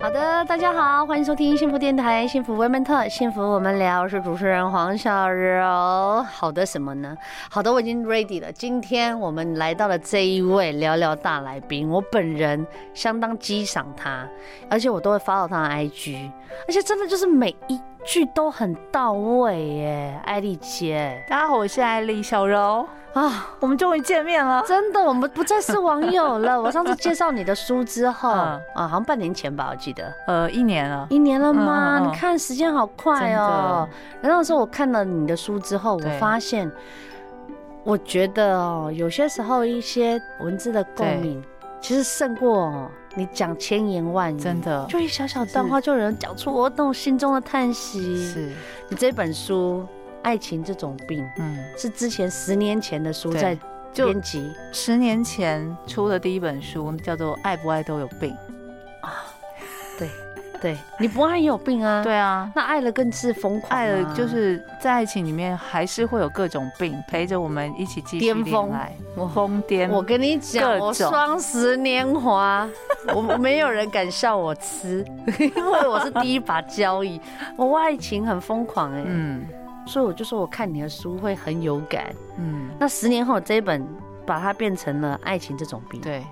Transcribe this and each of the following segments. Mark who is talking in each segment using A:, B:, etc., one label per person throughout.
A: 好的，大家好，欢迎收听幸福电台，幸福 Women Talk，幸福我们聊，我是主持人黄小柔。好的，什么呢？好的，我已经 ready 了。今天我们来到了这一位聊聊大来宾，我本人相当激赏他，而且我都会发到他的 IG，而且真的就是每一句都很到位耶，艾丽姐
B: 大家好，我是艾丽小柔，
A: 啊。
B: 我们终于见面了。
A: 真的，我们不再是网友了。我上次介绍你的书之后，啊
B: 嗯，
A: 好像半年前吧，我记得
B: 呃，一年了，
A: 一年了吗？
B: 嗯嗯嗯
A: 你看时间好快哦、然后那时候我看了你的书之后，我
B: 对
A: 发现，我觉得哦、有些时候一些文字的共鸣，其实胜过、哦你讲千言万语。
B: 真的
A: 就一小小段话，就有人讲出我那种心中的叹息。
B: 是，
A: 你这本书《爱情这种病》
B: 嗯，
A: 是之前十年前的书
B: 对
A: 在
B: 就
A: 编辑，
B: 十年前出的第一本书叫做《爱不爱都有病
A: 对，你不爱也有病啊。》。，
B: 对啊，
A: 那爱了更是疯狂、啊
B: 爱了就是在爱情里面还是会有各种病陪着我们一起继续
A: 巅峰
B: 恋爱，
A: 我。
B: 疯癫。
A: 我跟你讲，
B: 各
A: 我
B: 种
A: 双十年华，我我没有人敢笑我吃， 因为我是第一把交椅。我爱情很疯狂哎、
B: 嗯
A: 所以我就说我看你的书会很有感。
B: 嗯，
A: 那十年后这一本把它变成了爱情这种病，
B: 对。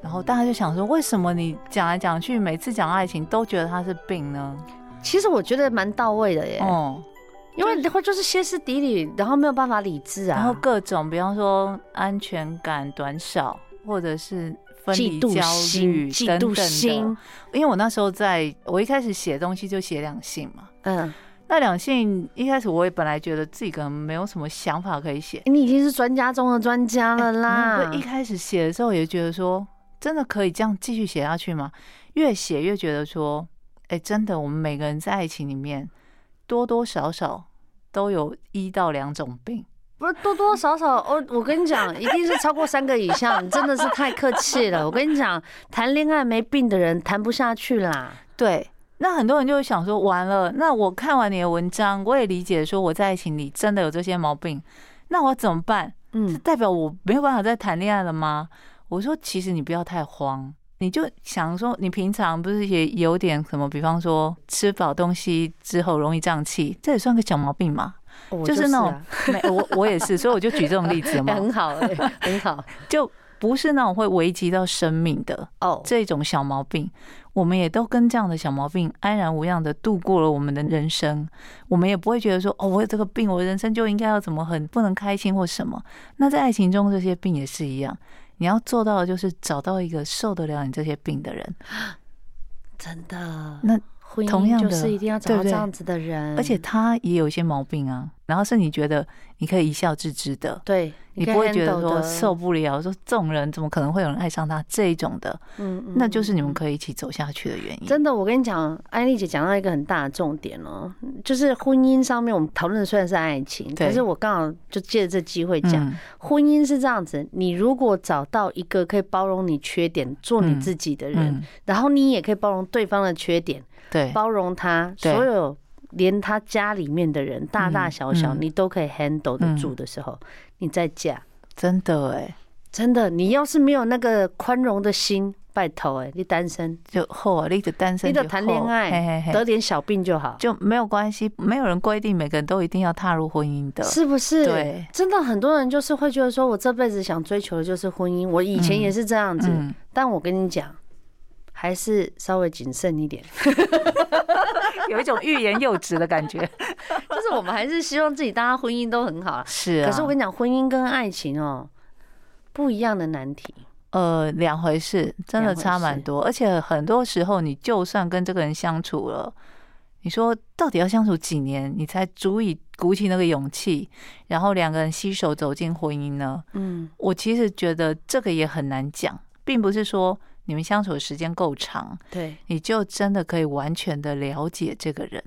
B: 然后大家就想说，为什么你讲来讲去，每次讲爱情都觉得它是病呢？
A: 其实我觉得蛮到位的耶，
B: 哦，
A: 因为会就是歇斯底里，然后没有办法理智啊，
B: 然后各种，比方说安全感短少，或者是分
A: 嫉
B: 离
A: 妒
B: 焦
A: 心、
B: 虑
A: 嫉
B: 等等
A: 妒
B: 的
A: 心。，
B: 因为我那时候在，我一开始写东西就写两性嘛。
A: 嗯，
B: 那两性一开始我也本来觉得自己可能没有什么想法可以写，
A: 你已经是专家中的专家了
B: 那
A: 啦
B: 哎不。一开始写的时候也觉得说，真的可以这样继续写下去吗？越写越觉得说，哎、真的，我们每个人在爱情里面多多少少都有一到两种病。
A: 不是多多少少哦，我跟你 讲，一定是超过三个以上，你真的是太客气了。我跟你讲，谈恋爱没病的人谈不下去啦。
B: 对，那很多人就会想说，完了，那我看完你的文章，我也理解说我在爱情里真的有这些毛病，那我怎么办？
A: 嗯，
B: 代表我没有办法再谈恋爱了吗？我说，其实你不要太慌，你就想说，你平常不是也有点什么，比方说吃饱东西之后容易胀气，这也算个小毛病嘛？
A: 我
B: 就是那
A: 啊
B: 种，没，我我也是，所以我就举这种例子嘛，
A: 很好、欸，很 好
B: 就不是那种会危及到生命的。
A: 哦。
B: 这种小毛病，我们也都跟这样的小毛病安然无恙的度过了我们的人生。我们也不会觉得说，哦，我有这个病，我人生就应该要怎么很不能开心或什么。那在爱情中，这些病也是一样，你要做到的就是找到一个受得了你这些病的人，
A: 真的，
B: 那
A: 婚
B: 同
A: 姻
B: 样
A: 就
B: 的
A: 是一定要找到
B: 对不
A: 这
B: 对
A: 样子的人，
B: 而且他也有一些毛病啊，然后是你觉得你可以一笑置之的。
A: 对，
B: 你
A: 可以
B: 不会觉
A: handle
B: 得说
A: 的
B: 受，不了，说这种人怎么可能会有人爱上他这一种的，
A: 嗯嗯
B: 那就是你
A: 嗯
B: 们可以一起走下去的原因。
A: 真的，我跟你讲，安丽姐讲到一个很大的重点哦、就是婚姻上面我们讨论的虽然是爱情，
B: 对
A: 可是我刚好就借这机会讲，
B: 嗯，
A: 婚姻是这样子，你如果找到一个可以包容你缺点、做你自己的人，
B: 嗯，
A: 然后你也可以包容对方的缺点，
B: 对，
A: 包容他
B: 对
A: 所有。连他家里面的人，大大小小，
B: 嗯
A: 你都可以 handle 得住的时候，你再嫁，
B: 真的哎、
A: 真的，你要是没有那个宽容的心，拜托哎、你单身
B: 就后啊，你的单身
A: 你
B: 就
A: 就
B: 好，
A: 谈恋爱
B: 嘿嘿嘿
A: 得点小病就好，
B: 就没有关系，没有人规定每个人都一定要踏入婚姻的。
A: 是不是？
B: 对，
A: 真的很多人就是会觉得说，我这辈子想追求的就是婚姻，我以前
B: 嗯
A: 也是这样子，
B: 嗯，
A: 但我跟你讲，还是稍微谨慎一点。
B: 有一种欲言又止的感觉。
A: 就是我们还是希望自己大家婚姻都很好啊。
B: 是啊，
A: 可是我跟你讲，婚姻跟爱情哦、不一样的难题。
B: 呃两回事，真的差
A: 两回
B: 蛮
A: 事
B: 多。而且很多时候，你就算跟这个人相处了，你说到底要相处几年，你才足以鼓起那个勇气，然后两个人携手走进婚姻呢？
A: 嗯，
B: 我其实觉得这个也很难讲，并不是说你们相处的时间够长，
A: 对，
B: 你就真的可以完全的了解这个人。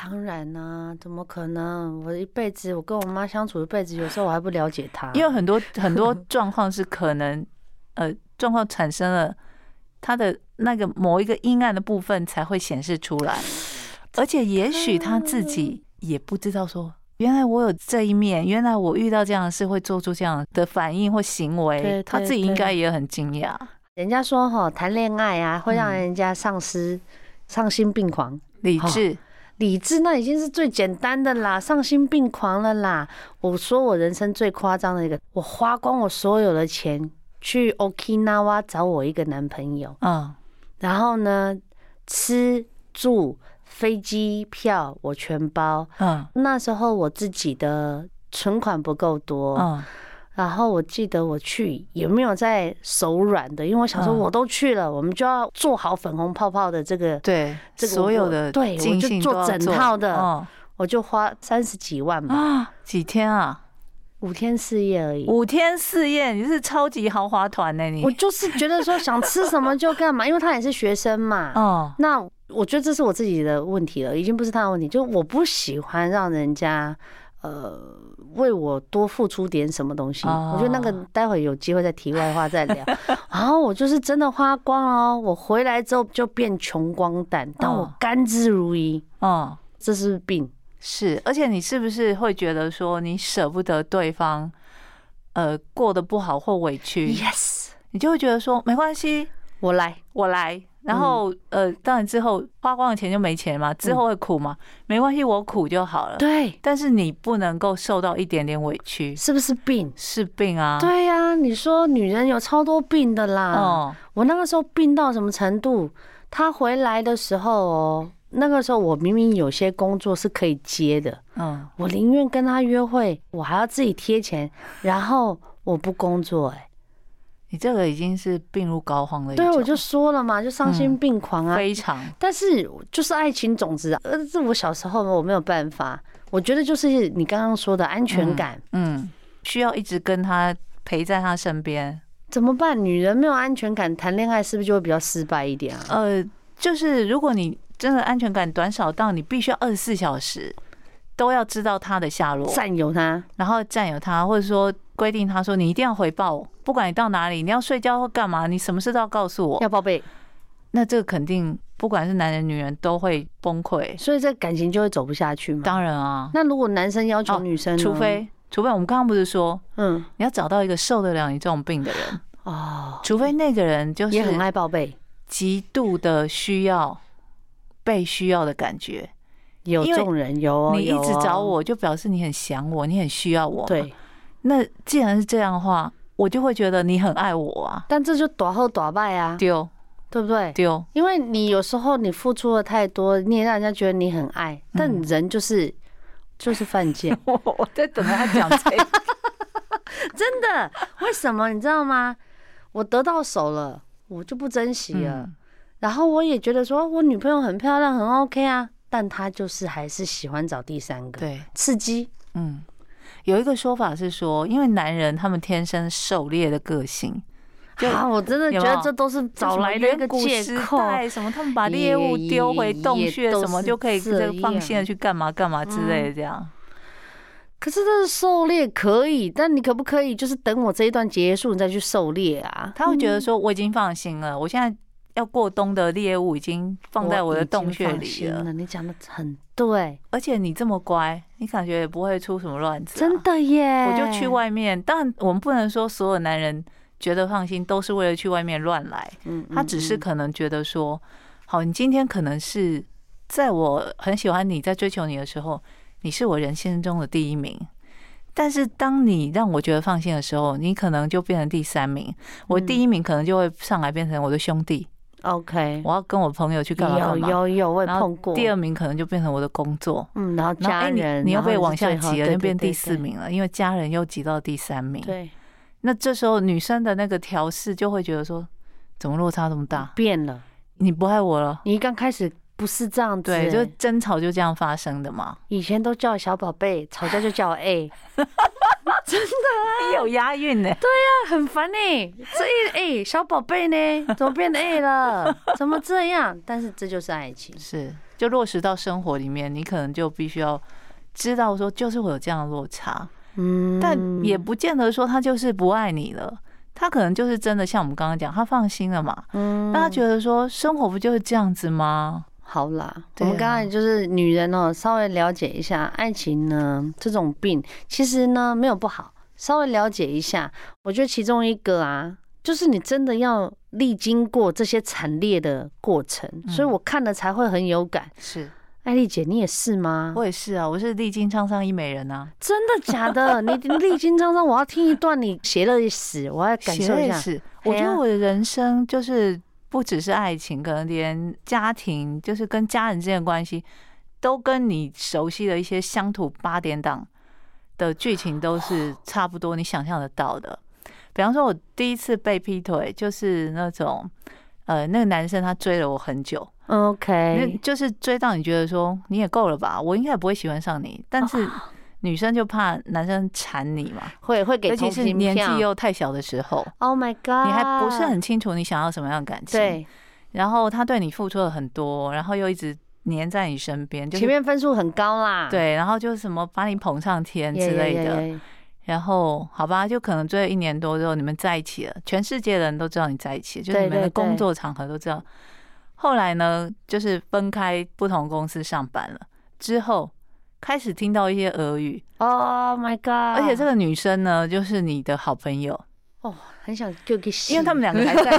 A: 当然啦、怎么可能？我一辈子，我跟我妈相处一辈子，有时候我还不了解她。
B: 因为很多很多状况是可能，呃，状况产生了，它的那个某一个阴暗的部分才会显示出来，而且也许他自己也不知道说。原来我有这一面，原来我遇到这样的事会做出这样的反应或行
A: 对
B: 为，他
A: 对
B: 自己应
A: 对
B: 该也很惊讶。
A: 人家说哈，谈恋爱啊会让
B: 嗯
A: 人家丧失、丧心病狂。
B: 理
A: 好
B: 智，
A: 理智那已经是最简单的啦，丧心病狂了啦。我说我人生最夸张的一个，我花光我所有的钱去 Okinawa 找我一个男朋友，
B: 嗯，
A: 然后呢，吃住飞机票我全包。
B: 嗯
A: 那时候我自己的存款不够多，
B: 嗯
A: 然后我记得我去也没有在手软的，因为我想说
B: 嗯
A: 我都去了，我们就要做好粉红泡泡的这个，
B: 对，
A: 这个
B: 所
A: 我
B: 有的
A: 对我
B: 尽
A: 就
B: 兴
A: 做
B: 都要
A: 整套的
B: 嗯
A: 我就花三十几万吧，
B: 啊，几天啊，
A: 五天四夜而已。
B: 五天四夜，你是超级豪华团呢，你
A: 我，就是觉得说想吃什么就干嘛，因为他也是学生嘛。
B: 哦，
A: 那我觉得这是我自己的问题了，已经不是他的问题，就我不喜欢让人家。呃，为我多付出点什么东西，
B: 哦
A: 我觉得那个待会有机会再题外话再 聊。然后我就是真的花光了哦，我回来之后就变穷光蛋，但我
B: 哦
A: 甘之如饴，
B: 哦，
A: 这是不是病。
B: 是，而且你是不是会觉得说你舍不得对方，呃，过得不好或委屈，
A: Yes，
B: 你就会觉得说没关系，
A: 我来，
B: 我来。然后，
A: 嗯
B: 呃，当然之后花光了钱就没钱嘛，之后会苦嘛，没关系，我苦就好了。
A: 对，
B: 但是你不能够受到一点点委屈，
A: 是不是病？
B: 是病啊。，
A: 对呀、你说女人有超多病的啦。
B: 哦，
A: 我那个时候病到什么程度？他回来的时候哦，那个时候我明明有些工作是可以接的，
B: 嗯，
A: 我宁愿跟他约会，我还要自己贴钱，然后我不工作、哎，
B: 你这个已经是病入膏肓的一种，
A: 对，我就说了嘛，就丧心病狂啊。
B: 非常
A: 但是就是爱情种子啊，呃，这我小时候我没有办法，我觉得就是你刚刚说的安全感。
B: 嗯，需要一直跟他陪在他身边。
A: 怎么办？女人没有安全感，谈恋爱是不是就会比较失败一点啊？
B: 呃，就是如果你真的安全感短少到你必须要二十四小时都要知道他的下落，
A: 占有他，
B: 然后占有他，或者说规定他说你一定要回报我，不管你到哪里，你要睡觉或干嘛，你什么事都要告诉我。
A: 要报备，
B: 那这个肯定不管是男人女人都会崩溃。
A: 所以这感情就会走不下去嘛。
B: 当然啊，
A: 那如果男生要求女生呢、
B: 除非除非我们刚刚不是说
A: 嗯
B: 你要找到一个受得了你这种病的人，
A: 哦，
B: 除非那个人就
A: 也很
B: 是
A: 爱报备，
B: 极度的需要被需要的感觉。
A: 有
B: 因为
A: 这种人有哦、
B: 你一
A: 有
B: 直
A: 哦
B: 找，我，就表示你很想我，你很需要我。，
A: 对，
B: 那既然是这样的话，我就会觉得你很爱我啊。
A: 但这就短后短败啊，
B: 丢
A: 对不对？
B: 丢，
A: 因为你有时候你付出的太多，你也让人家觉得你很爱，但
B: 嗯
A: 人就是、就是犯贱，
B: 我我在等他讲这个。
A: 真的？为什么你知道吗？我得到手了，我就不珍惜了，
B: 嗯
A: 然后我也觉得说哦我女朋友很漂亮，很 OK 啊，但她就是还是喜欢找第三个，
B: 对，
A: 刺激，
B: 嗯，有一个说法是说，因为男人他们天生狩猎的个性，就
A: 啊，我真的
B: 有
A: 觉
B: 没有
A: 得这都是找来的一个借
B: 什么远古时
A: 口。
B: 代什么他们把猎物丢回洞
A: 也
B: 穴，
A: 都是
B: 什么就可以这
A: 这
B: 个
A: 样
B: 放线去干嘛干嘛之类的这样。
A: 可是这是狩猎可以，但你可不可以就是等我这一段结束你再去狩猎啊？
B: 他会觉得说，我已经放心了，我现在要过冬的猎物已经放在我的洞穴
A: 我已
B: 里
A: 经放心
B: 了，
A: 了。你讲的很对，
B: 而且你这么乖，你感觉也不会出什么乱子、啊
A: 真。的欸耶！
B: 我就去，外面，当然我们不能说所有男人觉得放心都是为了去外面乱来，
A: 嗯
B: 他只是可能觉得说，好，你今天可能是在我很喜欢你，在追求你的时候，你是我人生中的第一名。但是当你让我觉得放心的时候，你可能就变成第三名。我
A: 嗯
B: 第一名可能就会上来变成我的兄弟，
A: OK。
B: 我要跟我朋友去干嘛
A: 有
B: 干嘛。
A: 有有，我也
B: 然后
A: 碰过。
B: 第二名可能就变成我的工作，
A: 嗯，然后
B: 然后
A: 家
B: 哎
A: 人，
B: 你你又
A: 然后
B: 被
A: 是
B: 往下
A: 最后
B: 挤了，
A: 对
B: 又变
A: 对
B: 第四
A: 对
B: 名了，因为家人又挤到第三名。
A: 对，
B: 那这时候女生的那个调试就会觉得说，怎么落差这么大？
A: 变了。
B: 你不爱我了？
A: 你一刚开始不是这样子欸，
B: 对，就争吵就这样发生的嘛。
A: 以前都叫我小宝贝，吵架就叫我 A，
B: 哎有押韵呢，
A: 很烦呢、这一哎、小宝贝呢，怎么变 A 了？怎么这样？但是这就是爱情，
B: 是就落实到生活里面，你可能就必须要知道说，就是会有这样的落差，
A: 嗯
B: 但也不见得说他就是不爱你了。他可能就是真的像我们刚刚讲，他放心了嘛，
A: 嗯，
B: 大家觉得说生活不就是这样子吗？
A: 好啦，我
B: 对
A: 们刚
B: 啊
A: 才就是女人哦、稍微了解一下爱情呢这种病，其实呢没有不好，稍微了解一下，我觉得其中一个啊，就是你真的要历经过这些惨烈的过程，所以我看了才会很有感。
B: 是
A: 艾丽姐，你也是吗？
B: 我也是啊，我是历经沧桑一美人啊，
A: 真的假 的？你你历经沧桑，我要听一段你写了一死，我要感
B: 血
A: 受一
B: 泪
A: 下。
B: 史。
A: 哎
B: 我觉
A: 呀
B: 得我的人生就是不只是爱情，可能连家庭，就是跟家人之间的关系，都跟你熟悉的一些乡土八点档的剧情都是
A: 哦
B: 差不多，你想象得到的。比方说，我第一次被劈腿，就是那种，呃，那个男生他追了我很久，那
A: OK，
B: 就是追到你觉得说你也够了吧，我应该也不会喜欢上你，但
A: 哦
B: 是女生就怕男生缠你嘛，
A: 会会给
B: 尤
A: 同
B: 其是
A: 情
B: 年纪
A: 票。
B: 又太小的时候，
A: Oh my god！
B: 你还不是很清楚你想要什么样的感
A: 啊
B: 情，，
A: 对，
B: 然后他对你付出了很多，然后又一直黏在你身边，就是
A: 前面分数很高啦。
B: 对，然后就是什么把你捧上天之类的
A: Yeah, yeah, yeah, yeah.
B: 然后好吧，就可能追了一年多之后，你们在一起了，全世界的人都知道你在一起了，就是
A: 对
B: 你们
A: 对
B: 的
A: 对
B: 工作场合都知道。后来呢，就是分开不同公司上班了之后，开始听到一些俄语，
A: Oh my god！
B: 而且这个女生呢，就是你的好朋友，
A: 哦，很想就给洗，
B: 因为他们两个还 在，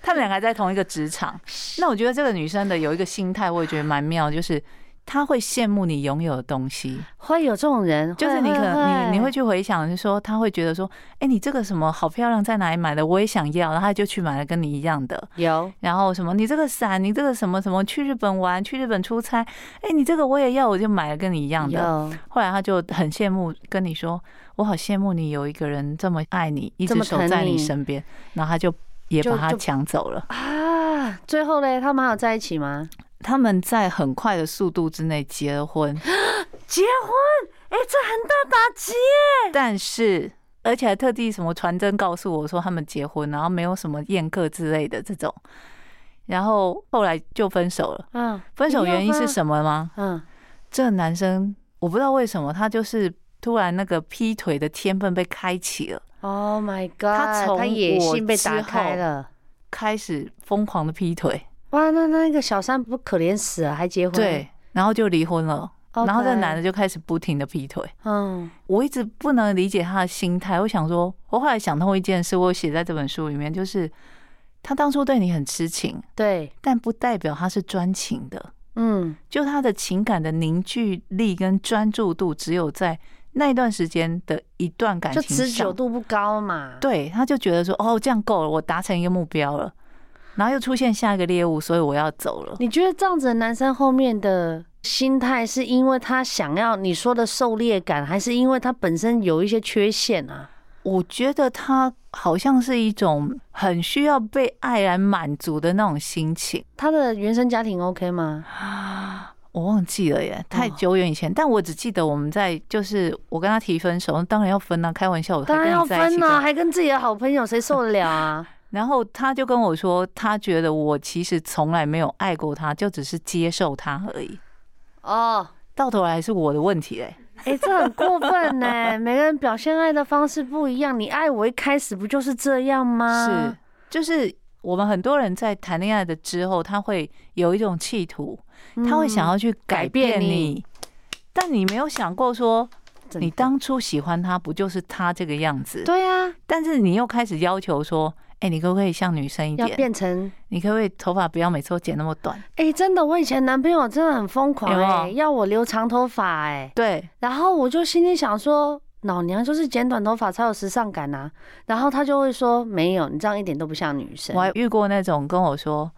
B: 他们两个还在同一个职场。那我觉得这个女生的有一个心态，我也觉得蛮妙，就是她会羡慕你拥有的东西。
A: 会有这种人，
B: 就是你可能你你会
A: 去
B: 去回想，就是说他会觉得说，哎、你这个什么好漂亮，在哪里买的？我也想要，然后他就去买了跟你一样的。
A: 有
B: 然后什么，你这个伞，你这个什么什么，去日本玩，去日本出差，哎、你这个我也要，我就买了跟你一样的。
A: 有
B: 后来他就很羡慕，跟你说，我好羡慕你有一个人这么爱你，一
A: 这
B: 直
A: 么
B: 守
A: 疼
B: 在
A: 你
B: 你身边，然后他就也
A: 就
B: 把他
A: 就
B: 抢走了。
A: 啊。最后嘞，他们还有在一起吗？
B: 他们在很快的速度之内结了婚，
A: 结婚？哎，这很大打击耶！
B: 但是而且还特地什么传真告诉我说他们结婚，然后没有什么宴客之类的这种，然后后来就分手了。
A: 嗯
B: 分手原因
A: 你要
B: 是
A: 吗
B: 什么吗？
A: 嗯，
B: 这个男生我不知道为什么他就是。突然，那个劈腿的天分被开启了，
A: Oh my god！
B: 他从
A: 他野心被打
B: 我之后
A: 开了。
B: 开始疯狂的劈腿，
A: 哇，那那个小三不可怜死了，还结婚？
B: 对，然后就离婚了，
A: OK，
B: 然后这个男的就开始不停的劈腿。
A: 嗯，
B: 我一直不能理解他的心态。我想说，我后来想通一件事，我有写在这本书里面，就是他当初对你很痴情，
A: 对，
B: 但不代表他是专情的，
A: 嗯，
B: 就他的情感的凝聚力跟专注度，只有在那段时间的一段感
A: 就
B: 情
A: 持久
B: 上，
A: 度不高嘛。
B: 对，他就觉得说，哦，这样够了，我达成一个目标了，然后又出现下一个猎物，所以我要走了。
A: 你觉得这样子的男生后面的心态，是因为他想要你说的狩猎感，还是因为他本身有一些缺陷啊？
B: 我觉得他好像是一种很需要被爱来满足的那种心情。
A: 他的原生家庭 OK 吗？
B: 我忘记了
A: 哦
B: 耶，太久远以前，但我只记得我们在就是我跟他提分手，当然要分啦、开玩笑，我才
A: 当然
B: 跟
A: 要
B: 你在一起
A: 分啊
B: 的
A: 啦、还跟自己的好朋友，谁受得了 啊？
B: 然后他就跟我说，他觉得我其实从来没有爱过他，就只是接受他而已。
A: 哦，
B: 到头来是我的问题嘞、
A: 哎、这很过分呢、 每个人表现爱的方式不一样，你爱我一开始不就是这样吗？
B: 是，就是我们很多人在谈恋爱的之后，他会有一种企图，
A: 嗯
B: 他会想要去改变
A: 改变
B: 你，但你没有想过说，
A: 真的
B: 你当初喜欢他不就是他这个样子？
A: 对啊，
B: 但是你又开始要求说，哎、你可不可以像女生一
A: 要
B: 点？
A: 变成
B: 你可不可以头发不要每次都剪那么短？
A: 哎、真的，我以前男朋友真的很疯狂
B: 有啊没有
A: 哎、要我留长头发哎、
B: 对，
A: 然后我就心里想说，老娘就是剪短头发才有时尚感呐、然后他就会说，没有，你这样一点都不像女生
B: 我。还遇过那种跟我说：“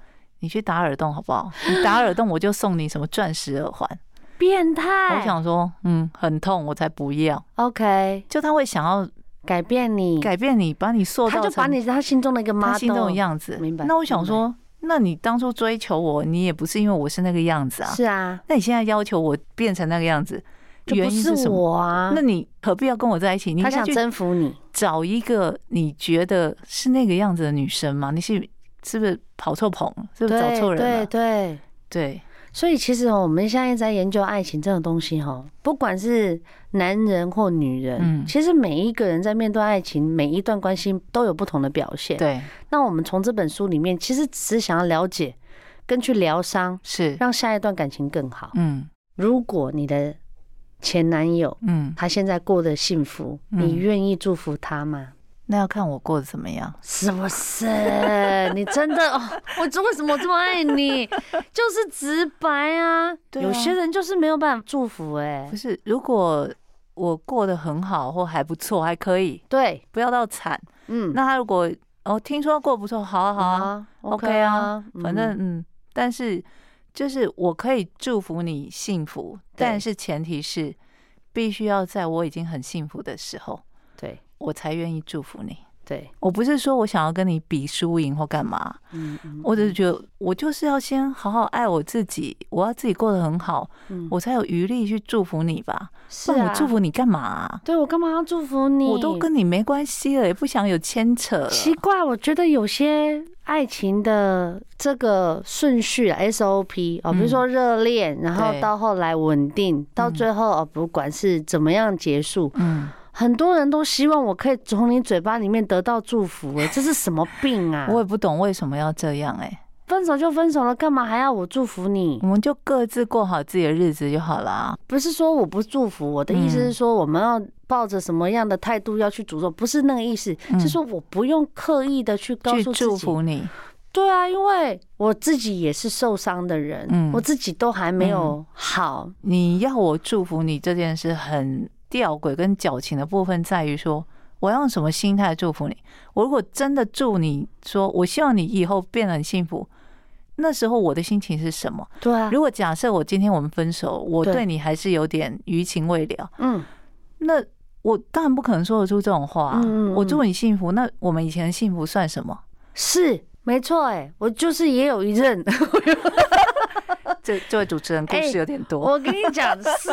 B: 你去打耳洞好不好？你打耳洞我就送你什么钻石 耳环。
A: 变”
B: 我
A: 态。
B: 想说，嗯，很痛，我才不要。
A: OK，
B: 就他会想要
A: 改变你，
B: 改变你，把你塑
A: 嗯他
B: 造
A: 就把
B: 成
A: 你他心中的一个
B: 他
A: model
B: 心中的样子。
A: 明白
B: 那我想说，那你当初追求我，你也不是因为我是那个样子啊。
A: 是啊，
B: 那你现在要求我变成那个样子，
A: 就
B: 原
A: 不
B: 因是
A: 是
B: 什么？
A: 我啊
B: 那。你何必要跟我在一起？你应
A: 他
B: 该
A: 想
B: 去
A: 征服你，
B: 找一个你觉得是那个样子的女生嘛？你是是不是跑错棚？是不是找
A: 对
B: 错人了？啊
A: 对对，
B: 对，
A: 所以其实哦我们现在在研究爱情这种东西哈，不管是男人或女人，
B: 嗯
A: 其实每一个人在面对爱情，每一段关系都有不同的表现。
B: 对，
A: 那我们从这本书里面，其实只是想要了解跟去疗伤，
B: 是，
A: 让下一段感情更好。
B: 嗯
A: 如果你的前男友
B: 嗯，
A: 他现在过得幸福，你
B: 嗯
A: 愿意祝福他吗？
B: 那要看我过得怎么样。
A: 是不是？你真的，哦、我这为什么这么爱 你？就是直白啊。
B: 对啊
A: 有些人就是没有办法祝福哎、
B: 不是，如果我过得很好或还不错，还可以，
A: 对，
B: 不要到惨。
A: 嗯，
B: 那他如果哦，听说过得不错，好啊好啊，OK 啊
A: 嗯
B: 反正嗯，但是就是我可以祝福你幸福，
A: 对
B: 但是前提是必须要在我已经很幸福的时候，
A: 对
B: 我才愿意祝福你。
A: 对，
B: 我不是说我想要跟你比输赢或干嘛，
A: 嗯嗯
B: 我只是觉得我就是要先好好爱我自己，我要自己过得很好，
A: 嗯
B: 我才有余力去祝福你吧。
A: 是
B: 不然
A: 啊，
B: 我祝。福你干嘛啊、
A: 对我干嘛要祝福你？
B: 我都跟你没关系了，也不想有牵扯了。
A: 奇怪，我觉得有些爱情的这个顺序啊 SOP 哦，比如
B: 嗯
A: 说热恋，然后
B: 对
A: 到后来稳定，到最后哦，不管是怎么样结束，
B: 嗯，
A: 很多人都希望我可以从你嘴巴里面得到祝福， 哎，这是什么病啊？
B: 我也不懂为什么要这样哎、
A: 分手就分手了，干嘛还要我祝福你
B: 我？们就各自过好自己的日子就好啦。
A: 不是说我不祝福，我的意
B: 嗯
A: 思是说我们要抱着什么样的态度要去诅咒，不是那个意思，
B: 嗯
A: 是说我不用刻意的去告
B: 去
A: 诉自
B: 祝
A: 己。
B: 福你，
A: 对啊，因为我自己也是受伤的人，
B: 嗯
A: 我自己都还没有好，
B: 你要我祝福你这件事很吊诡跟矫情的部分在于说，我要用什么心态祝福你？我如果真的祝你说，我希望你以后变得很幸福，那时候我的心情是什么？
A: 对啊，
B: 如果假设我今天我们分手，我
A: 对
B: 对你还是有点余情未了，
A: 嗯，
B: 那我当然不可能说得出这种话啊、
A: 嗯嗯嗯
B: 我祝你幸福，那我们以前的幸福算什么？
A: 是没错，哎，我就是也有一任，
B: 这这位主持人故
A: 哎
B: 事有点多。
A: 我跟你讲， 是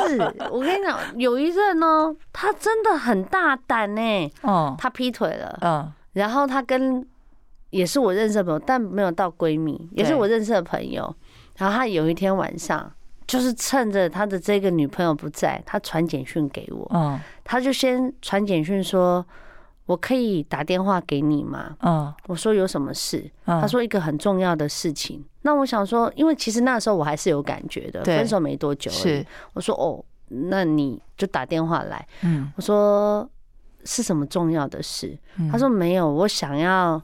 A: 我跟你讲，有一任哦，他真的很大胆呢，
B: 嗯
A: 他劈腿了，
B: 嗯
A: 然后他跟也是我认识的朋友，但没有到闺蜜，也是
B: 对
A: 我认识的朋友，然后他有一天晚上。就是趁着他的这个女朋友不在，他传简讯给我，
B: 嗯
A: 他就先传简讯说：“我可以打电话给你吗
B: 嗯？”
A: 我说：“有什么事？”
B: 嗯，
A: 他说：“一个很重要的事情。”那我想说，因为其实那时候我还是有感觉的，
B: 对
A: 分手没多久而已
B: 是，
A: 我说：“哦，那你就打电话来。
B: 嗯”
A: 我说：“是什么重要的事？”
B: 嗯
A: 他说：“没有，我想要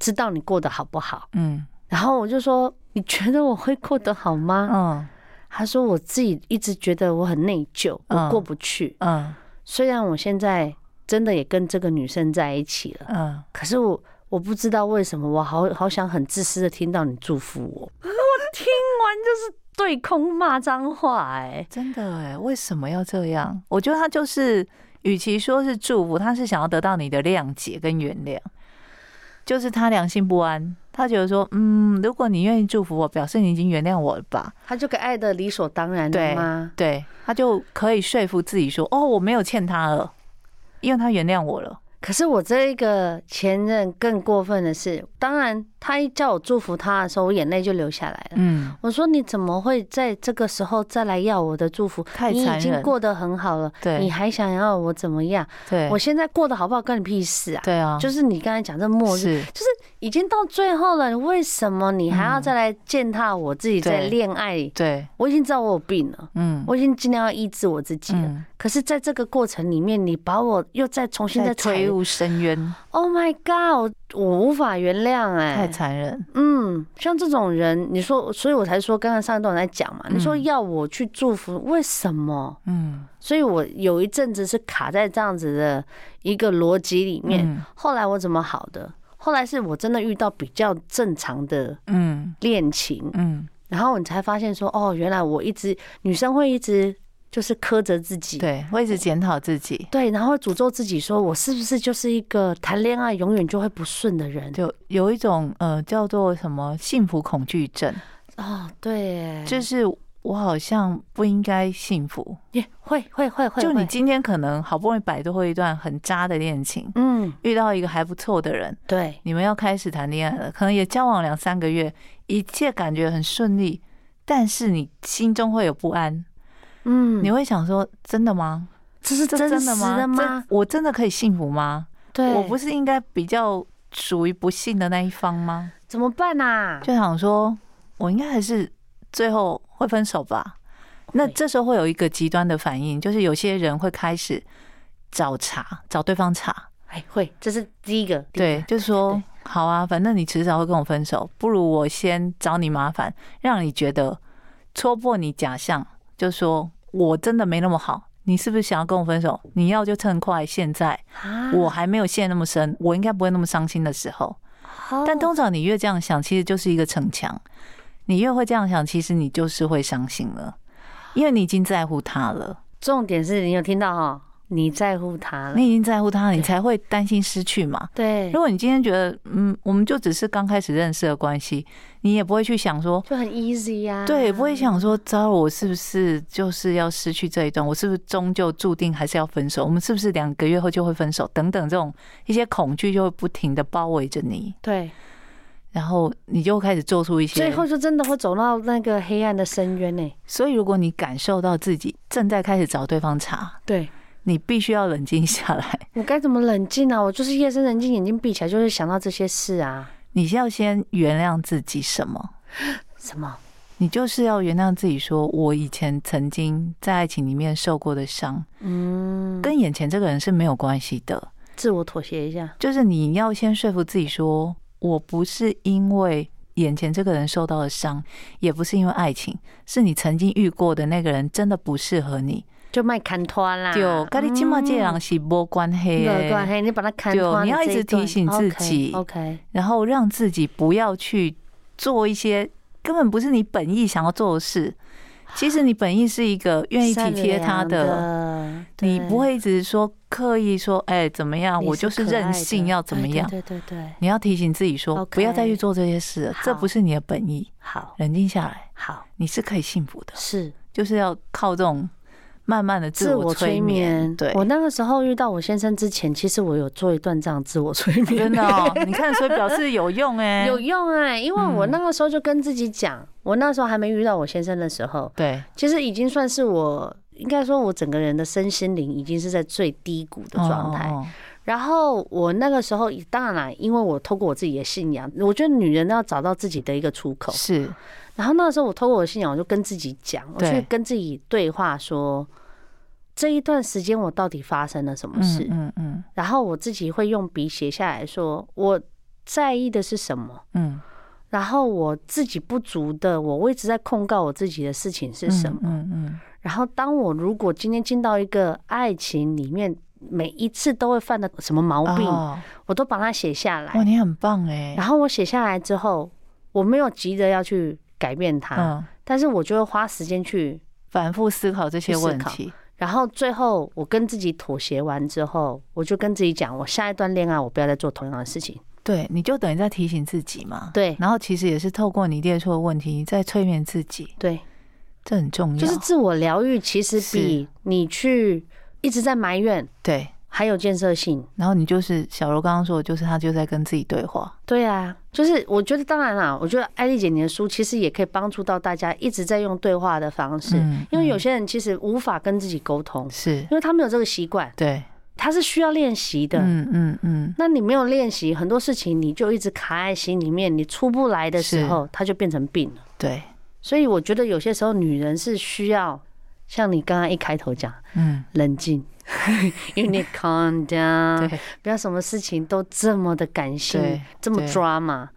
A: 知道你过得好不好。
B: 嗯”
A: 然后我就说：“你觉得我会过得好吗
B: 嗯？”
A: 他说：“我自己一直觉得我很内疚，我
B: 嗯
A: 过不去。”
B: 嗯
A: 虽然我现在真的也跟这个女生在一起了，
B: 嗯，
A: 可是我我不知道为什么，我好好想很自私的听到你祝福我。 我听完就是对空骂脏话、哎，
B: 真的哎，为什么要这样？我觉得他就是，与其说是祝福，他是想要得到你的谅解跟原谅，就是他良心不安，他觉得说，嗯，如果你愿意祝福我，表示你已经原谅我了吧？
A: 他就给爱的理所当然
B: 对
A: 了吗？
B: 对，他就可以说服自己说，哦，我没有欠他了，因为他原谅我了。
A: 可是我这个前任更过分的是，当然他一叫我祝福他的时候，我眼泪就流下来了。
B: 嗯，
A: 我说你怎么会在这个时候再来要我的祝福？
B: 太
A: 你已
B: 残
A: 经
B: 忍，
A: 过得很好了，
B: 对
A: 你还想要我怎么样？
B: 对
A: 我，现在过得好不好关你屁事啊！
B: 对啊，
A: 就是你刚才讲这末日，
B: 是
A: 已经到最后了，为什么你还要再来践踏我自己在
B: 嗯对
A: 恋爱？
B: 对，
A: 我已经知道我有病了，
B: 嗯，
A: 我已经尽量要医治我自己了。
B: 嗯，
A: 可是，在这个过程里面，你把我又再重新
B: 在
A: 再踩
B: 推入深渊，
A: ，Oh my God，我我无法原谅
B: 太
A: 哎、
B: 残忍。
A: 嗯，像这种人，你说，所以我才说刚刚上一段我在讲嘛，你说
B: 嗯
A: 要我去祝福，为什么？
B: 嗯，
A: 所以我有一阵子是卡在这样子的一个逻辑里面。
B: 嗯
A: 后来我怎么好的？后来是我真的遇到比较正常的
B: 嗯
A: 恋情，
B: 嗯，
A: 然后你才发现说，哦，原来我一直女生会一直就是苛责自己，
B: 对，我一直检讨自己，
A: 对然后会诅咒自己说，我是不是就是一个谈恋爱永远就会不顺的人？
B: 就有一种呃叫做什么幸福恐惧症，
A: 哦，对耶，
B: 就是我好像不应该幸福。
A: 耶会会会会，
B: 就你
A: 会
B: 今天可能好不容易摆脱一段很渣的恋情，
A: 嗯，
B: 遇到一个还不错的人，
A: 对
B: 你们要开始谈恋爱了，可能也交往两三个月，一切感觉很顺利，但是你心中会有不安，
A: 嗯，
B: 你会想说：真的吗？
A: 这是
B: 这
A: 真
B: 真
A: 实
B: 的吗？
A: 的吗
B: 这我真的可以幸福吗？
A: 对，
B: 我不是应该比较属于不幸的那一方吗？
A: 怎么办呐、啊？
B: 就想说，我应该还是最后会分手吧。那
A: 会
B: 这时候会有一个极端的反应，就是有些人会开始找茬，找对方茬。
A: 哎会，这是第一个，第一
B: 对，
A: 个
B: 就说好啊，反正你迟早会跟我分手，不如我先找你麻烦，让你觉得戳破你假象，就说我真的没那么好，你是不是想要跟我分手？你要就趁快，现在
A: 啊
B: 我还没有陷那么深，我应该不会那么伤心的时候。但
A: 都
B: 通常你越这样想，其实就是一个逞强。你越会这样想，其实你就是会伤心了，因为你已经在乎他了，
A: 重点是你有听到哈，你在乎他了，
B: 你已经在乎他，你才会担心失去嘛。
A: 对
B: 如，果你今天觉得，嗯，我们就只是刚开始认识的关系，你也不会去想说，
A: 就很 easy 呀、
B: 对，也不会想说，糟了，我是不是就是要失去这一段？我是不是终究注定还是要分手？我们是不是两个月后就会分手？等等，这种一些恐惧就会不停的包围着你，
A: 对，
B: 然后你就开始做出一些。
A: 最后就真的会走到那个黑暗的深渊呢、
B: 所以，如果你感受到自己正在开始找对方茬，
A: 对
B: 你必须要冷静下来。
A: 我该怎么冷静啊？我就是夜深人静，眼睛闭起来就会想到这些事啊。
B: 你要先原谅自己什么？
A: 什么？
B: 你就是要原谅自己说我以前曾经在爱情里面受过的伤，
A: 嗯，
B: 跟眼前这个人是没有关系的。
A: 自我妥协一下。
B: 就是你要先说服自己说，我不是因为眼前这个人受到的伤，也不是因为爱情，是你曾经遇过的那个人真的不适合你。
A: 就卖砍团啦，
B: 就跟你今嘛这
A: 嗯
B: 人是嗯无关系的
A: 乐观，嘿，你把它砍
B: 对
A: 穿。
B: 你要一直提醒自己
A: OK，,
B: 然后让自己不要去做一些根本不是你本意想要做的事。其实你本意是一个愿意体贴他的，
A: 的
B: 你不会一直说刻意说，哎，怎么样，我就是任性要怎么样。
A: 哎对对对对，
B: 你要提醒自己说，
A: OK
B: 不要再去做这些事了，这
A: 好
B: 不是你的本意。
A: 好
B: 冷静下来，
A: 好
B: 你是可以幸福的，
A: 是
B: 就是要靠这种慢慢的
A: 自
B: 我
A: 我催
B: 眠。
A: 眠。
B: 对，
A: 我那个时候遇到我先生之前，其实我有做一段这样自我催眠，
B: 真的哦，你看，所以表示有用 哎，
A: 有用哎、因为我
B: 嗯
A: 那个时候就跟自己讲，我那时候还没遇到我先生的时候，
B: 对，
A: 其实已经算是我应该说，我整个人的身心灵已经是在最低谷的状态。
B: 哦，哦哦
A: 然后我那个时候，当然啦，因为我透过我自己的信仰，我觉得女人要找到自己的一个出口。
B: 是
A: 然后那个时候，我透过我的信仰，我就跟自己讲，我去
B: 对
A: 跟自己对话说。这一段时间我到底发生了什么事？
B: 嗯嗯
A: 然后我自己会用笔写下来说，我在意的是什么，
B: 嗯，
A: 然后我自己不足的，我我一直在控告我自己的事情是
B: 嗯
A: 什么。
B: 嗯嗯，
A: 然后，当我如果今天进到一个爱情里面，每一次都会犯的什么毛病，
B: 哦
A: 我都把它写下来
B: 哇，。你很棒哎
A: 然，后我写下来之后，我没有急着要去改变它，
B: 嗯，
A: 但是我就会花时间去。
B: 反复思考这些问题，
A: 然后最后，我跟自己妥协完之后，我就跟自己讲，我下一段恋爱我不要再做同样的事情。
B: 对，你就等于在提醒自己嘛。
A: 对
B: 然后其实也是透过你列出的问题，你在催眠自己，
A: 对，
B: 这很重要。
A: 就是自我疗愈，其实比你去一直在埋怨
B: 对，
A: 还有建设性。
B: 然后你就是小柔刚刚说的，就是他就在跟自己对话。
A: 对啊，就是我觉得，当然啦，我觉得艾丽姐你的书其实也可以帮助到大家，一直在用对话的方式，
B: 嗯
A: 因为有
B: 嗯
A: 些人其实无法跟自己沟通，
B: 是
A: 因为他没有这个习惯，
B: 对，
A: 他是需要练习的。
B: 嗯嗯嗯，
A: 那你没有练习，很多事情你就一直卡在心里面，你出不来的时
B: 是
A: 候，它就变成病了。
B: 对，
A: 所以我觉得有些时候，女人是需要像你刚刚一开头讲，
B: 嗯
A: 冷静 ，you need calm down，
B: 对。
A: 不要什么事情都这么的感性
B: 对，
A: 这么
B: 对
A: drama。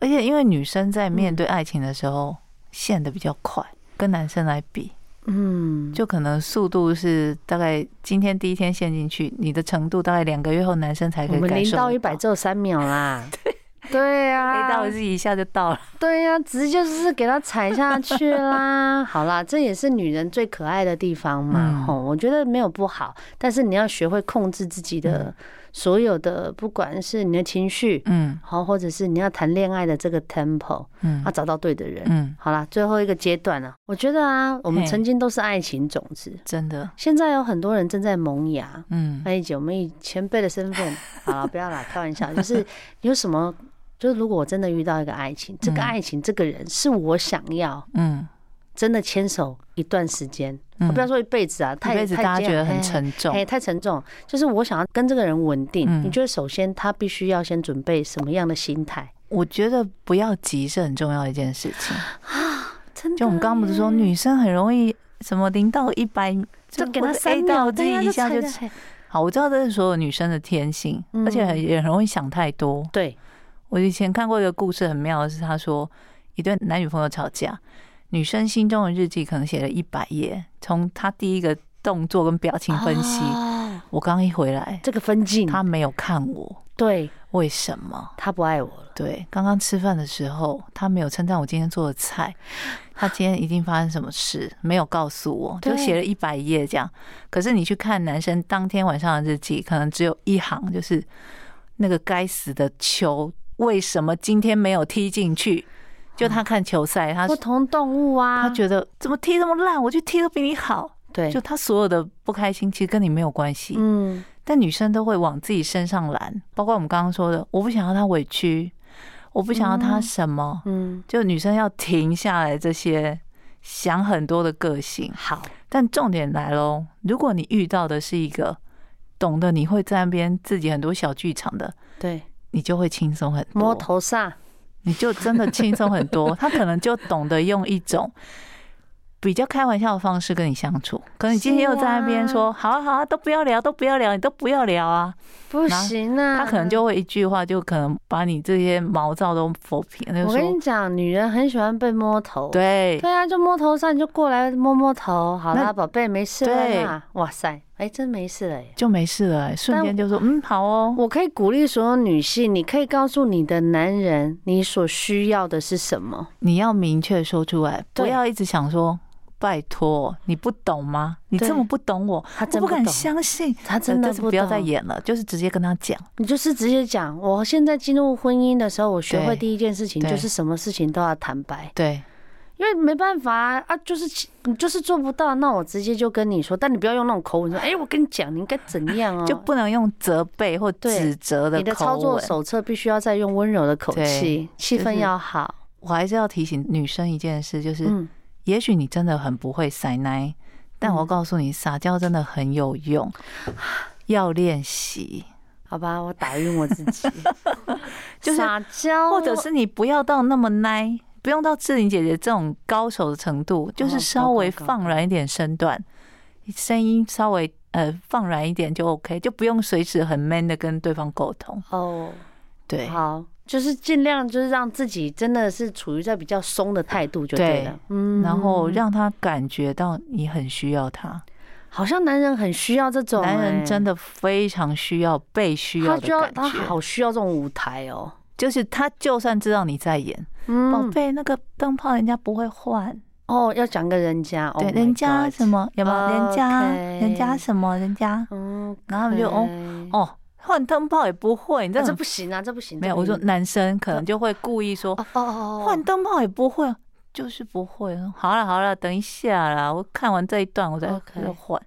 B: 而且因为女生在
A: 嗯
B: 面对爱情的时候陷的比较快，跟男生来比，
A: 嗯，
B: 就可能速度是大概今天第一天陷进去，你的程度大概两个月后男生才可
A: 我
B: 以
A: 们
B: 感
A: 零
B: 受
A: 到一
B: 得
A: 百只啊有三秒 啦。对呀、
B: A 到是一下就到了。
A: 对呀、直接就是给它踩下去啦。 好啦，这也是女人最可爱的地方嘛。
B: 嗯
A: 吼、我觉得没有不好，但是你要学会控制自己的所有的，不管是你的情绪，
B: 嗯
A: 好，或者是你要谈恋爱的这个 tempo，
B: 嗯
A: 要找啊到对的人。
B: 嗯，
A: 好啦，最后一个阶段啊，我觉得啊，我们
B: 嘿
A: 曾经都是爱情种子，
B: 真的，
A: 现在有很多人正在萌芽。
B: 嗯
A: 哎姐，我们以前辈的身份，好了，不要啦，开玩笑，就是有什么就是如果我真的遇到一个爱情，这个爱情、这个人是我想要
B: 嗯，
A: 真的牵手一段时间，
B: 嗯
A: 不要说一辈子啊，太
B: 一辈子
A: 太
B: 大家
A: 这
B: 觉得
A: 样
B: 很
A: 哎
B: 沉重
A: 哎、，太沉重。就是我想要跟这个人稳定，
B: 嗯
A: 你觉得首先他必须要先准备什么样的心态？
B: 我觉得不要急是很重要的一件事情。
A: 啊真的，啊
B: 就我们刚刚不是说女生很容易什么零到一百，
A: 就给他
B: 或者
A: 三
B: A
A: 秒，
B: 到
A: 对啊呀
B: Z 一下
A: 踩
B: 就
A: 得
B: 起
A: 很
B: 好。我知道这是所有女生的天性，
A: 嗯
B: 而且很也很容易想太多。
A: 对，
B: 我以前看过一个故事，很妙的是，他说一对男女朋友吵架，女生心中的日记可能写了一百页，从她第一个动作跟表情分析。
A: 哦
B: 我刚一回来，
A: 这个分镜，
B: 他没有看我，
A: 对
B: 为什么？
A: 他不爱我了，
B: 对，刚刚吃饭的时候，他没有称赞我今天做的菜，他今天一定发生什么事，没有告诉我，就
A: 对
B: 写了一百页这样。可是你去看男生当天晚上的日记，可能只有一行，就是那个该死的球为什么今天没有踢进去？就他看球赛，他
A: 嗯不同动物啊，
B: 他觉得怎么踢这么烂，我就踢的比你好。
A: 对
B: 就，他所有的不开心，其实跟你没有关系。
A: 嗯，
B: 但女生都会往自己身上揽，包括我们刚刚说的，我不想要她委屈，我不想要她什么，
A: 嗯，
B: 就女生要停下来这些想很多的个性。
A: 好，
B: 但重点来喽，如果你遇到的是一个懂得你会在那边自己很多小剧场的，
A: 对，
B: 你就会轻松很
A: 摸
B: 多，
A: 头煞，
B: 你就真的轻松很 多。他可能就懂得用一种。比较开玩笑的方式跟你相处，可能你今天又在那边说、好啊好啊，都不要聊，都不要聊，你都不要聊啊，
A: 不行啊，
B: 他可能。就会一句话，就可能把你这些毛躁都否平，他就
A: 我跟
B: 说
A: 你讲，女人很喜欢被摸头。
B: 对
A: 对啊，就摸头上，你就过来摸摸头。好啦，
B: 那
A: 宝贝，没事了
B: 对
A: 啦。哇塞，哎，真没事了耶。
B: 就没事了、瞬间就说嗯好哦，
A: 我可以鼓励所有女性，你可以告诉你的男人，你所需要的是什么。
B: 你要明确说出来，不
A: 对
B: 要一直想说拜托你不懂吗？你
A: 对
B: 这么不懂我，
A: 他
B: 我
A: 真
B: 不
A: 懂
B: 敢，相信。
A: 他真的
B: 但是
A: 不
B: 不要再
A: 懂。
B: 演了，就是直接跟他讲，
A: 你就是直接讲，我现在进入婚姻的时候，我学会
B: 对
A: 第一件事情
B: 对
A: 就是什么事情都要坦白，
B: 对
A: 因为没办法啊，啊就是你就是做不到，那我直接就跟你说，但你不要用那种口 吻说，哎、我跟你讲，你应该怎样哦。
B: 就不能用责备或
A: 对
B: 指责的
A: 你的操
B: 口
A: 作
B: 吻。
A: 手册必须要再用温柔的口
B: 对
A: 气，气
B: 就
A: 氛
B: 是
A: 要好。
B: 我还是要提醒女生一件事，就是
A: 嗯，
B: 也许你真的很不会撒奶，但我
A: 嗯
B: 告诉你，撒娇真的很有用， 要练习。
A: 好吧，我打晕我自己，
B: 就是
A: 撒娇，
B: 或者是你不要到那么奶，不用到志玲姐姐这种高手的程
A: 哦
B: 度，就是稍微放软一点身段，声音稍微呃放软一点就 OK，就不用随时很 man 的跟对方沟通。
A: 哦，
B: 对
A: 好，就是尽量就是让自己真的是处于在比较松的态度就对
B: 对
A: 了，嗯
B: 然后让他感觉到你很需要他，
A: 好像男人很需要这种、
B: 男人真
A: 的
B: 的非常需要被需
A: 他
B: 要的
A: 就要
B: 感
A: 他
B: 觉，
A: 好需要这种舞台哦，
B: 就是他就算知道你在演，宝
A: 嗯，
B: 贝，那个灯泡人家不会换，
A: 哦，要讲个人家，，Oh
B: 对，人家什
A: 么，
B: 么有没有？人家
A: OK
B: 人家什么人家，
A: 嗯，
B: 然后他们就哦。
A: 哦，
B: 哦，换灯泡也不会，你这
A: 那这
B: 种
A: 不行啊，这不行，
B: 没有，
A: 这
B: 我
A: 不
B: 说
A: 行
B: 男生可能就会故意说
A: 哦哦哦，哦
B: 换灯泡也不会，就是不会。好了好了，等一下啦，我看完这一段我再
A: OK
B: 再换，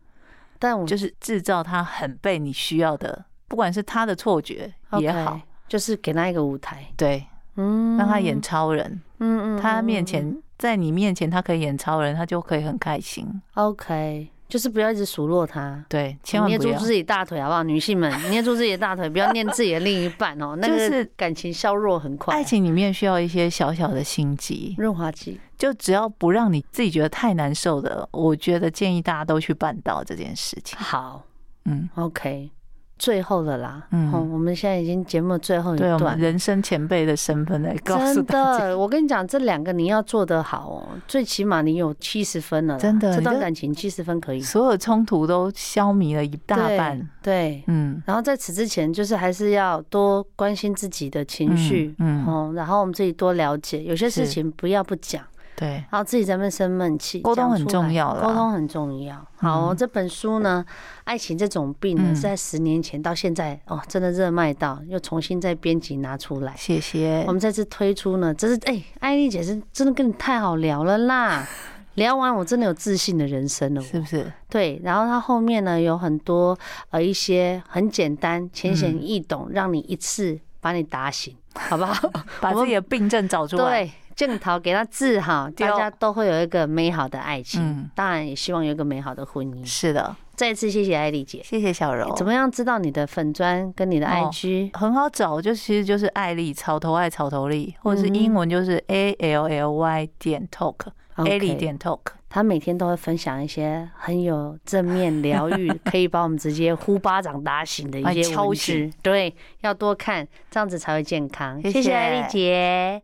A: 但我
B: 就是制造他很被你需要的，不管是他的错觉也
A: OK，
B: 好，
A: 就是给他一个舞台，
B: 对，
A: 嗯，
B: 让他演，超人，
A: 嗯嗯，
B: 他
A: 嗯
B: 面前在你面前他可以演超人，他就可以很开心。
A: OK，就是不要一直数落他。
B: 对，千万
A: 捏
B: 不
A: 住
B: 要。
A: 自己大腿好不好，女性们捏住自己的大腿，不要念自己的另一半哦，那
B: 就
A: 个
B: 是
A: 感情削弱很快。
B: 爱情里面需要一些小小的心机，
A: 润滑剂，
B: 就只要不让你自己觉得太难受的，我觉得建议大家都去办到这件事情。
A: 好
B: 嗯，
A: ，OK，最后的啦，嗯、
B: 嗯
A: 我们现在已经节目最后一
B: 对我
A: 段
B: 们。人生前辈的身份来 告诉
A: 真
B: 大家，
A: 的，我跟你讲，这两个你要做得好哦，最起码你有七十分了啦，
B: 真的
A: 这段
B: 你这
A: 感情七十分可以。
B: 所有冲突都消弭了一大
A: 对
B: 半。
A: 对，
B: 嗯，
A: 然后在此之前，就是还是要多关心自己的情绪，
B: 嗯嗯
A: 哦，然后我们自己多了解，有些事
B: 是
A: 情不要不讲，
B: 对，
A: 然后自己在那边生闷气，
B: 沟通
A: 讲
B: 很
A: 出
B: 重
A: 来
B: 要啦
A: 沟通很重要。好，这本书呢，《爱情这种病》呢，
B: 嗯
A: 是在十年前到现在哦，真的热卖到，又重新在编辑拿出来。
B: 谢谢
A: 我。们这次推出呢，真是哎，艾丽姐是真的跟你太好聊了啦。 聊完我真的有自信的人生了，我
B: 是不是？
A: 对，然后它后面呢有很
B: 嗯
A: 多呃一些很简单、浅显易懂，让你一次把你打醒。好不 好？
B: 把自己的病症找出来。
A: 对，正桃给他治好，
B: 对
A: 大家都会有一个美好的爱情，
B: 嗯
A: 当然也希望有一个美好的婚姻。
B: 是的，
A: 再次谢谢艾丽姐。
B: 谢谢小柔。
A: 嗯怎么样知道你的粉砖跟你的
B: 哦
A: IG？、
B: 很好找，就其实就是艾丽草头爱草头丽，或者
A: 嗯
B: 是英文就是 A L L Y 点 talk，艾丽
A: OK
B: 点 talk。
A: 他每天都会分享一些很有正面疗愈，可以把我们直接呼巴掌打醒 的一
B: 把你
A: 些
B: 敲
A: 文
B: 醒
A: 字。对，要多看，这样子才会健康。
B: 谢
A: 谢谢
B: 谢
A: 艾丽姐。